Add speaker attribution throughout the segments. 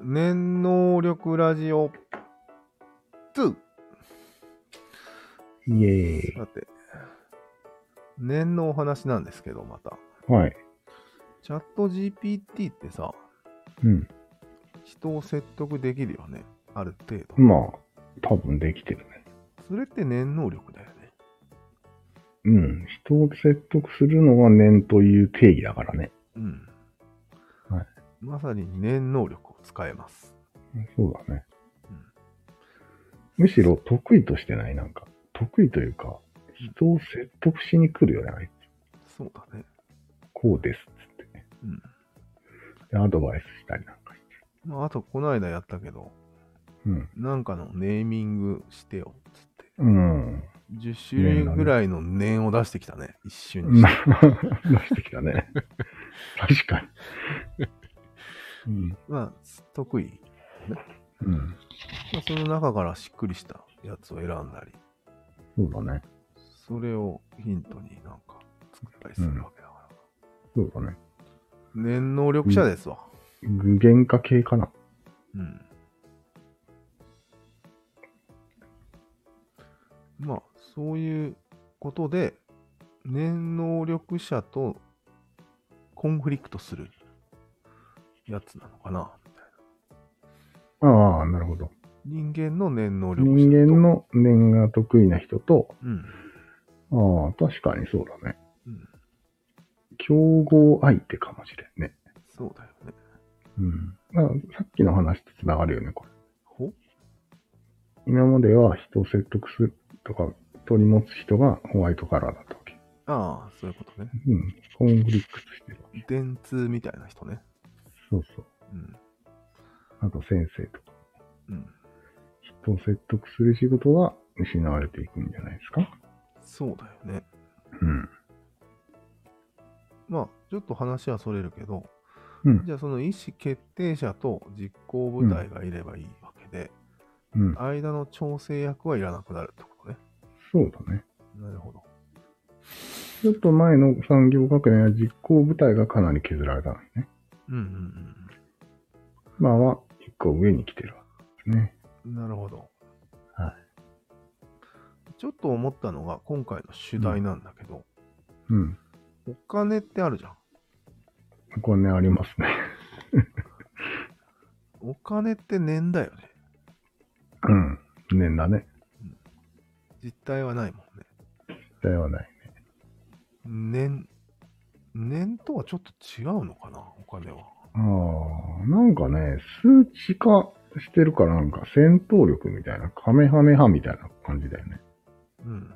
Speaker 1: 念能力ラジオ2。
Speaker 2: イエーイ。
Speaker 1: だって、念のお話なんですけど、また。
Speaker 2: はい。
Speaker 1: チャット GPT ってさ、
Speaker 2: うん。
Speaker 1: 人を説得できるよね。ある程度。
Speaker 2: まあ、多分できてるね。
Speaker 1: それって念能力だよね。
Speaker 2: うん。人を説得するのが念という定義だからね。
Speaker 1: うん。
Speaker 2: はい
Speaker 1: まさに念能力を使えます。
Speaker 2: そうだね
Speaker 1: うん。
Speaker 2: むしろ得意としてない、なんか。得意というか、人を説得しに来るよね、あいつ。
Speaker 1: そうだね。
Speaker 2: こうです、つって。
Speaker 1: うん。
Speaker 2: で、アドバイスしたりなんかして。
Speaker 1: まあ、あと、この間やったけど、
Speaker 2: うん。
Speaker 1: なんかのネーミングしてよ、つって。
Speaker 2: うん。
Speaker 1: 10種類ぐらいの念を出してきたね、一瞬に
Speaker 2: ま
Speaker 1: して。
Speaker 2: あ、 出してきたね。確かに。うん。
Speaker 1: まあ、得意。
Speaker 2: うん。
Speaker 1: まあ、その中からしっくりしたやつを選んだり、
Speaker 2: そうだね。
Speaker 1: それをヒントになんか作ったりするわけだから。
Speaker 2: そうだね。
Speaker 1: 念能力者ですわ。
Speaker 2: 具現化系かな。
Speaker 1: うん。まあ、そういうことで、念能力者とコンフリクトするやつなのかな。
Speaker 2: ああ、なるほど。
Speaker 1: 人間の念能力者
Speaker 2: 人
Speaker 1: と。
Speaker 2: 間の念が得意な人と、
Speaker 1: うん。
Speaker 2: ああ、確かにそうだね。
Speaker 1: うん。
Speaker 2: 競合相手かもしれんね。
Speaker 1: そうだよね。
Speaker 2: うん。だからさっきの話とつながるよね、これ。
Speaker 1: ほ
Speaker 2: 今までは人を説得するとか、取り持つ人がホワイトカラーだったわけ。
Speaker 1: ああ、そういうことね。
Speaker 2: うん。コンフリクトしてるわけ。
Speaker 1: 電通みたいな人ね。
Speaker 2: そうそう。
Speaker 1: うん。
Speaker 2: あと先生とか。
Speaker 1: うん。
Speaker 2: 人を説得する仕事が失われていくんじゃないですか。
Speaker 1: そうだよね。
Speaker 2: うん。
Speaker 1: まあ、ちょっと話はそれるけど、
Speaker 2: うん。
Speaker 1: じゃあその意思決定者と実行部隊がいればいいわけで、
Speaker 2: うん。
Speaker 1: 間の調整役はいらなくなるってことね。
Speaker 2: そうだね。
Speaker 1: なるほど。
Speaker 2: ちょっと前の産業革命は実行部隊がかなり削られたのにね。
Speaker 1: うんうん
Speaker 2: 今は一個上に来てるわけですね。
Speaker 1: うん。なるほど。。
Speaker 2: はい
Speaker 1: ちょっと思ったのが、今回の主題なんだけど、
Speaker 2: うん。
Speaker 1: お金ってあるじゃん。
Speaker 2: これね、ありますね。
Speaker 1: お金って年だよね。
Speaker 2: うん。念だね。
Speaker 1: 実体はないもんね。
Speaker 2: 実際はない。
Speaker 1: 年、年とはちょっと違うのかな、お金は。
Speaker 2: ああ、なんかね、数値化してるからなんか戦闘力みたいな、カメハメハみたいな感じだよね。
Speaker 1: うん。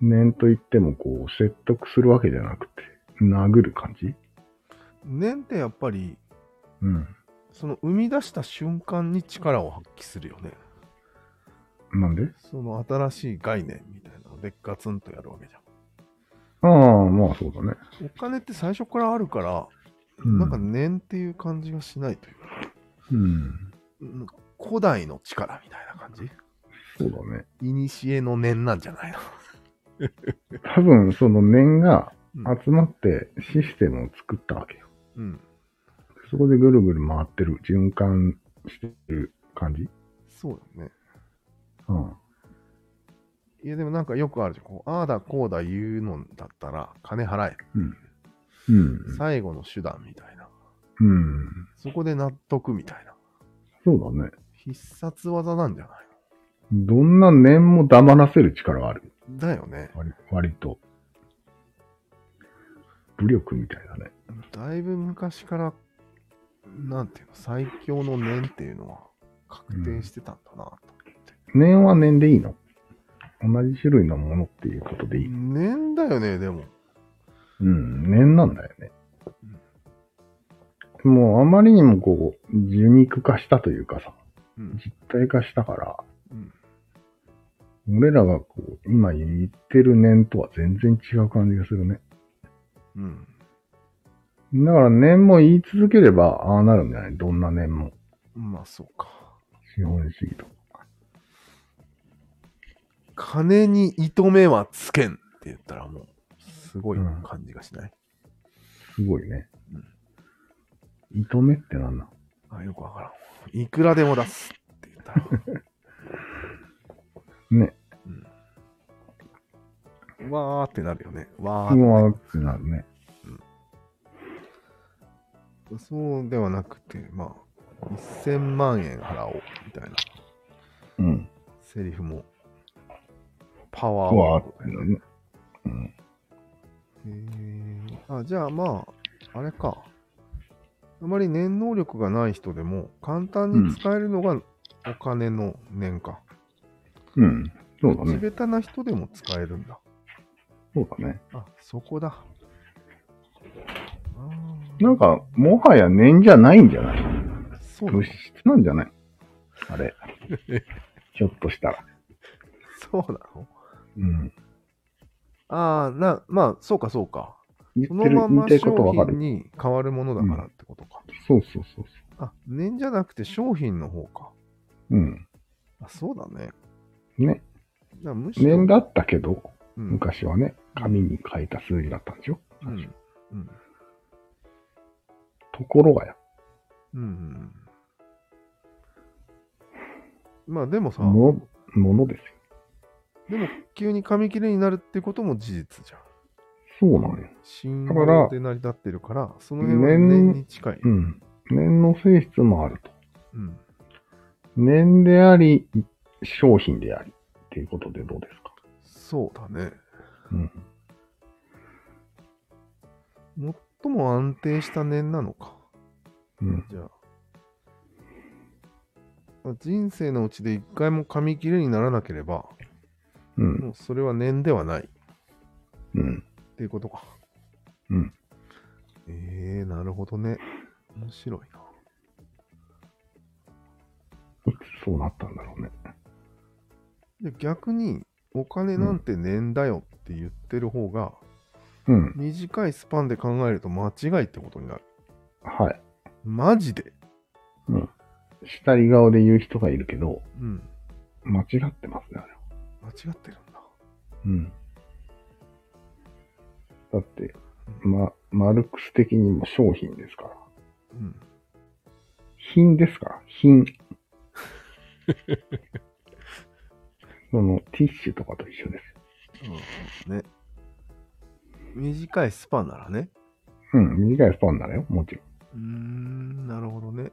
Speaker 2: 念といってもこう、説得するわけじゃなくて、殴る感じ
Speaker 1: 年ってやっぱり、
Speaker 2: うん。
Speaker 1: その生み出した瞬間に力を発揮するよね。
Speaker 2: なんで
Speaker 1: その新しい概念みたいなのでガツンとやるわけじゃ
Speaker 2: ああ、まあそうだね。
Speaker 1: ん。お金って最初からあるから、
Speaker 2: うん
Speaker 1: なんか年っていう感じがしないというか
Speaker 2: うん。
Speaker 1: なんか古代の力みたいな感じ
Speaker 2: そうだね。
Speaker 1: いにしえの年なんじゃないの
Speaker 2: 多分その念が
Speaker 1: うん
Speaker 2: 集まってシステムを作ったわけよ。
Speaker 1: うん。
Speaker 2: そこでぐるぐる回ってる、循環してる感じ
Speaker 1: そうだね。
Speaker 2: うん。
Speaker 1: いやでもなんかよくあるじゃん。こうああだこうだ言うのだったら金払え。
Speaker 2: うん。
Speaker 1: 最後の手段みたいな。
Speaker 2: うん。
Speaker 1: そこで納得みたいな。
Speaker 2: そうだね。
Speaker 1: 必殺技なんじゃない
Speaker 2: どんな念も黙らせる力がある。
Speaker 1: のだよね。
Speaker 2: 割割と。武力みたいだね。
Speaker 1: だいぶ昔から、なんていうの、最強の念っていうのは確定してたんだなと。
Speaker 2: 念は念でいいの同じ種類のものっていうことでいい。
Speaker 1: 念だよね、でも。
Speaker 2: うん、念なんだよね。もうあまりにもこう、受肉化したというかさ、
Speaker 1: うん。
Speaker 2: 実体化したから、
Speaker 1: うん、
Speaker 2: 俺らがこう、今言ってる念とは全然違う感じがするね。
Speaker 1: うん。
Speaker 2: だから念も言い続ければ、ああなるんじゃないどんな念も。
Speaker 1: まあ、そうか。
Speaker 2: 資本主義とか。
Speaker 1: 金に糸目はつけんって言ったらもう、すごい感じがしない。
Speaker 2: すごいね
Speaker 1: うん。
Speaker 2: 糸目ってなんなん
Speaker 1: あよくわからん。いくらでも出すって言ったら。
Speaker 2: ね。
Speaker 1: うん。わーってなるよね。わーって
Speaker 2: うわーってなるね。
Speaker 1: そうではなくて、まあ、1000万円払おうみたいな
Speaker 2: うん。
Speaker 1: セリフも、パワー
Speaker 2: うわ
Speaker 1: ワ
Speaker 2: ーっ
Speaker 1: ー
Speaker 2: て
Speaker 1: ドだ
Speaker 2: な
Speaker 1: よ
Speaker 2: る
Speaker 1: ね。
Speaker 2: ね。うん。
Speaker 1: へーあ、じゃあまあ、あれか。あまり念能力がない人でも、簡単に使えるのがお金の念か。
Speaker 2: うん。そうだ
Speaker 1: 地
Speaker 2: ね。
Speaker 1: べたな人でも使えるんだ。
Speaker 2: そうだね。
Speaker 1: あ、そこだ。あー
Speaker 2: なんか、もはや念じゃないんじゃない
Speaker 1: そう
Speaker 2: 物
Speaker 1: だ
Speaker 2: 質なんじゃないあれ。ひょっとしたら。
Speaker 1: そうなの
Speaker 2: うん。
Speaker 1: ああ、な、まあ、そうかそうか。
Speaker 2: 言
Speaker 1: そ
Speaker 2: っ
Speaker 1: の
Speaker 2: てる、
Speaker 1: ま
Speaker 2: 言い
Speaker 1: ま
Speaker 2: た
Speaker 1: 商
Speaker 2: いことわか
Speaker 1: 品
Speaker 2: る。
Speaker 1: に変わるものだからってことか。
Speaker 2: そうそうそうそ
Speaker 1: あ、念じゃなくて商品の方か。
Speaker 2: う。うん。
Speaker 1: あ、そうだね。
Speaker 2: ね。
Speaker 1: じゃあむしろ、
Speaker 2: 念だったけど、
Speaker 1: うん、
Speaker 2: 昔はね、紙に書いた数字だったんでしょ
Speaker 1: うん。うん。
Speaker 2: ところがや、
Speaker 1: うんうん。まあでもさ、
Speaker 2: もの、ものですよ。
Speaker 1: でも急に紙切れになるってことも事実じゃん。
Speaker 2: そうなんよ。
Speaker 1: 信
Speaker 2: だから
Speaker 1: 号で成り立ってるから、その辺は
Speaker 2: 念
Speaker 1: 念に近い。
Speaker 2: うん。念の性質もあると。
Speaker 1: うん。
Speaker 2: 念であり、商品であり、っていうことでどうですか
Speaker 1: そうだね。
Speaker 2: うん。
Speaker 1: 最も安定した念なのか。
Speaker 2: うん。
Speaker 1: じゃあ。まあ人生のうちで一回も紙切れにならなければ、
Speaker 2: うん。
Speaker 1: もうそれは念ではないっ
Speaker 2: うん。
Speaker 1: ていうことか。
Speaker 2: うん。
Speaker 1: えー、なるほどね。面白いな。
Speaker 2: いつそうなったんだろうね。
Speaker 1: で逆に、お金なんて念だよって言ってる方が、
Speaker 2: うん。
Speaker 1: 短いスパンで考えると間違いってことになる。
Speaker 2: はい。
Speaker 1: マジで。
Speaker 2: 下り顔で言う人がいるけど、
Speaker 1: うん。
Speaker 2: 間違ってますね、あれは。
Speaker 1: 間違ってるんだ。
Speaker 2: うん。だって、ま、マルクス的にも商品ですから。
Speaker 1: うん。
Speaker 2: 品ですから、品。その、ティッシュとかと一緒です。
Speaker 1: うん、ね。短いスパンならね。
Speaker 2: うん、短いスパンならよ、もちろ
Speaker 1: うーん、なるほどね。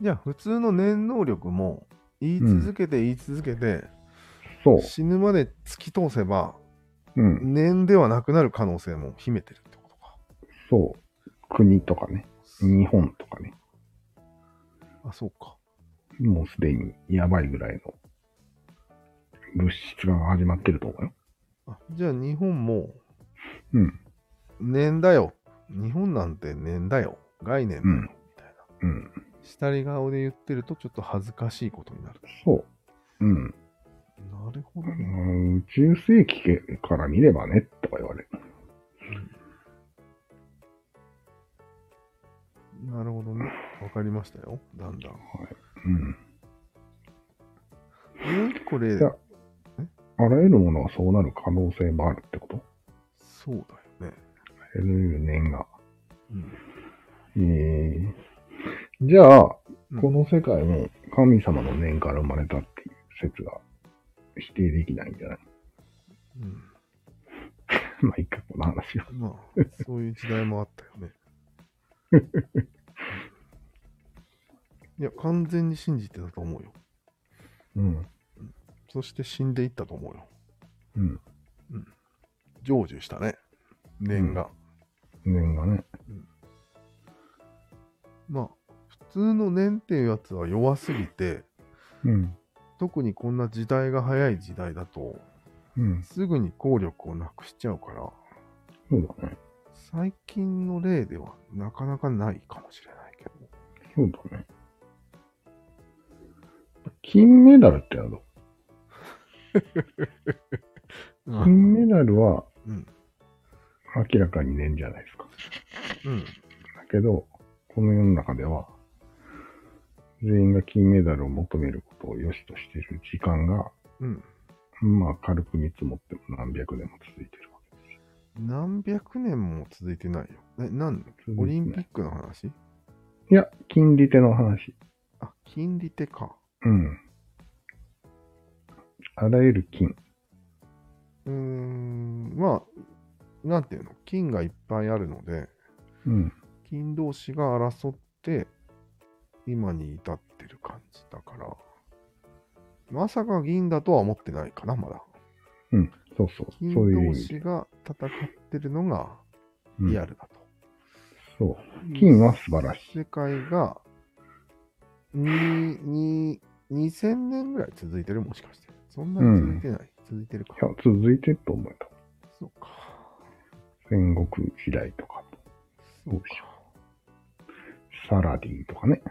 Speaker 1: じゃあ、普通の念能力も、言い続けて言い続けて、
Speaker 2: ん。そ
Speaker 1: 死ぬまで突き通せば、
Speaker 2: う、うん、
Speaker 1: 念ではなくなる可能性も秘めてるってことか。
Speaker 2: そう。国とかね、日本とかね、
Speaker 1: あ、そうか。
Speaker 2: もうすでにやばいぐらいの物質が始まってると思うよ。
Speaker 1: あじゃあ、日本も、
Speaker 2: うん、
Speaker 1: 念だよ。日本なんて念だよ。概念だよ。
Speaker 2: うん
Speaker 1: みたいな。
Speaker 2: うん、
Speaker 1: 下り顔で言ってると、ちょっと恥ずかしいことになる。
Speaker 2: そう。うん。
Speaker 1: なるほど
Speaker 2: う
Speaker 1: ね。
Speaker 2: ん宇宙世紀から見ればね、とか言われる。
Speaker 1: なるほどね。わかりましたよ。だんだん。
Speaker 2: うん。
Speaker 1: えーこれ
Speaker 2: い、やあらゆるものはそうなる可能性もあるってこと
Speaker 1: そうだよね。
Speaker 2: あらゆる念が。
Speaker 1: うん。
Speaker 2: えー、じゃあ、
Speaker 1: うん
Speaker 2: この世界も神様の念から生まれたっていう説が否定できないんじゃない
Speaker 1: うん
Speaker 2: まあ、一回この話を。
Speaker 1: ま あ、そういう時代もあったよね。いや、完全に信じてたと思うよ。
Speaker 2: うん。
Speaker 1: そして死んでいったと思うよ。
Speaker 2: うん。
Speaker 1: 成就したね。念が。
Speaker 2: 念がね。
Speaker 1: まあ、普通の念っていうやつは弱すぎて、
Speaker 2: うん。
Speaker 1: 特にこんな時代が早い時代だと、
Speaker 2: うん。
Speaker 1: すぐに効力をなくしちゃうから、
Speaker 2: そうだね。
Speaker 1: 最近の例ではなかなかないかもしれないけど。
Speaker 2: そうだね。金メダルってやろう。金メダルは
Speaker 1: うん。
Speaker 2: 明らかに念じゃないですか。
Speaker 1: うん。
Speaker 2: だけど、この世の中では、全員が金メダルを求めることを良しとしている時間が
Speaker 1: うん。
Speaker 2: まあ、軽く見積もっても何百年も続いてるわけで
Speaker 1: 何百年も続いてないよ。え、何
Speaker 2: すよ。
Speaker 1: オリンピックの話
Speaker 2: ういや、金利手の話。
Speaker 1: あ、金利手か。
Speaker 2: うん。あらゆる金。
Speaker 1: うーん、まあ、なんていうの、金がいっぱいあるので、
Speaker 2: うん。
Speaker 1: 金同士が争って、今に至ってる感じだから、まさか銀だとは思ってないかな、まだ。
Speaker 2: うん。そうそう。
Speaker 1: 金
Speaker 2: そういう意
Speaker 1: 同
Speaker 2: 味で。
Speaker 1: 士が戦ってるのが
Speaker 2: うん
Speaker 1: リアルだと。
Speaker 2: そう。金は素晴らしい。
Speaker 1: 世界が、に、に、2000年ぐらい続いてるもしかして。そんなに続いてない、続いてるか
Speaker 2: い。や、続いてると思うよ。
Speaker 1: そうか。
Speaker 2: 戦国時代とか、
Speaker 1: そうか。
Speaker 2: サラディンとかね。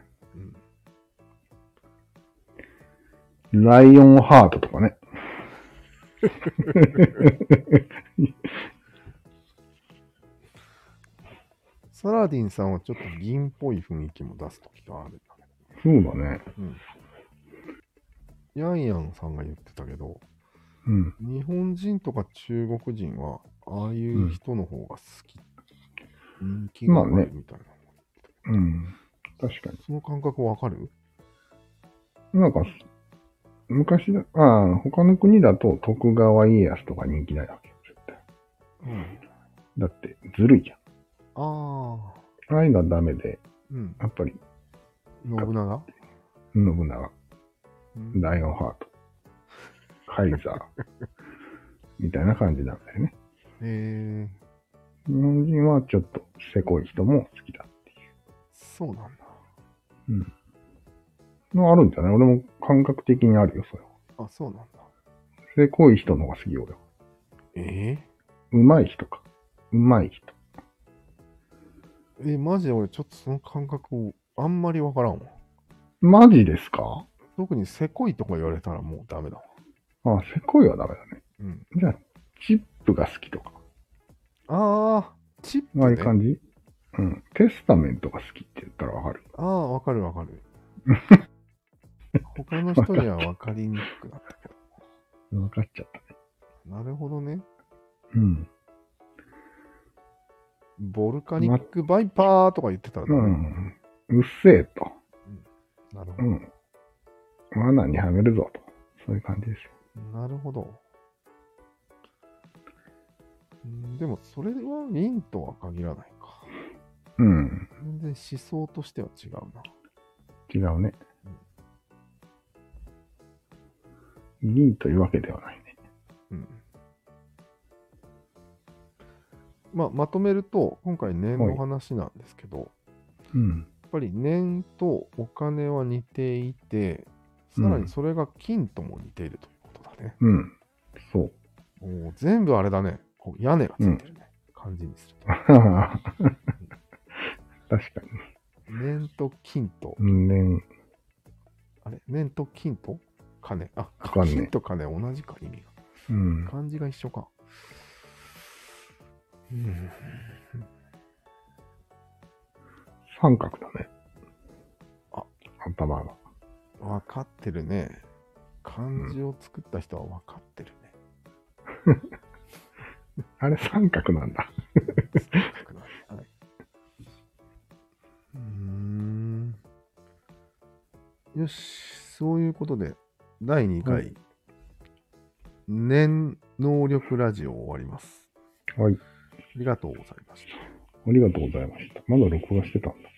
Speaker 1: うん、
Speaker 2: ライオンハートとかね。
Speaker 1: サラディンさんはちょっと銀っぽい雰囲気も出すときがあるんだね。
Speaker 2: そうだね。
Speaker 1: うん。ヤンヤンさんが言ってたけど、
Speaker 2: うん。
Speaker 1: 日本人とか中国人は、ああいう人の方が好き。人気があるみたいな。
Speaker 2: うん。確かに。
Speaker 1: その感覚わかる
Speaker 2: なんか、昔だ、ああ、他の国だと徳川家康とか人気ないわけよ、絶対。
Speaker 1: うん。
Speaker 2: だって、ずるいじゃ
Speaker 1: ああ。
Speaker 2: ん。愛がダメで、
Speaker 1: うん。
Speaker 2: やっぱり、
Speaker 1: 信長
Speaker 2: 信長、
Speaker 1: うん
Speaker 2: ライオンハート、カイザー、みたいな感じなんだよね。
Speaker 1: えー、
Speaker 2: 日本人はちょっと、せこい人も好きだ。
Speaker 1: そうなんだ。
Speaker 2: のあるんじゃない俺も感覚的にあるよ、それは。
Speaker 1: あ、そうなんだ。
Speaker 2: せこい人の方が好きよ、俺は。
Speaker 1: え
Speaker 2: うまい人か。うまい人。
Speaker 1: ー、え、マジで俺ちょっとその感覚をあんまりわからんわ。
Speaker 2: マジですか
Speaker 1: 特にせこいとか言われたらもうダメだわ。
Speaker 2: あせこいはダメだね。
Speaker 1: うん。
Speaker 2: じゃあ、チップが好きとか。
Speaker 1: あー、チップ、
Speaker 2: ああいう
Speaker 1: ね。
Speaker 2: 感じうん。テスタメントが好きって言ったらわかる。
Speaker 1: あー、わかるわか る。他の人にはわかりにくくなったけ
Speaker 2: 分かっちゃった。
Speaker 1: ど。なるほどね。
Speaker 2: うん。
Speaker 1: ボルカニックバイパーとか言ってたら
Speaker 2: う
Speaker 1: ダメ。
Speaker 2: ん。うっせえと。
Speaker 1: なるほ
Speaker 2: う
Speaker 1: ど。
Speaker 2: ん。罠にはめるぞと。そういう感じですよ。
Speaker 1: なるほど。うんでも、それはンとは限らないか。
Speaker 2: うん。
Speaker 1: 全然思想としては違うな。
Speaker 2: 違うね。銀というわけではないね。
Speaker 1: うん。まあ、まとめると、今回年の話なんですけど、や
Speaker 2: うん。
Speaker 1: っぱり年とお金は似ていて、さらにそれが金とも似ているということだね。
Speaker 2: うん。そう。
Speaker 1: おー全部あれだね。こう屋根がついてるね。感じにすると。
Speaker 2: 確かに。
Speaker 1: 年と金と、
Speaker 2: うんね、
Speaker 1: あれ年と金と金。あ、
Speaker 2: 金
Speaker 1: 金と金同じか、意味が。
Speaker 2: うん。
Speaker 1: 漢字が一緒か。うん。
Speaker 2: 三角だね。
Speaker 1: あ、
Speaker 2: 頭が。
Speaker 1: 分かってるね。漢字を作った人は分かってるね。
Speaker 2: あれ三角なんだ。
Speaker 1: はい、うーん。よし、そういうことで、第2回、
Speaker 2: はい
Speaker 1: 念能力ラジオを終わります。
Speaker 2: は
Speaker 1: あ
Speaker 2: い。
Speaker 1: りがとうございました。
Speaker 2: ありがとうございました。まだ録画してたんだ。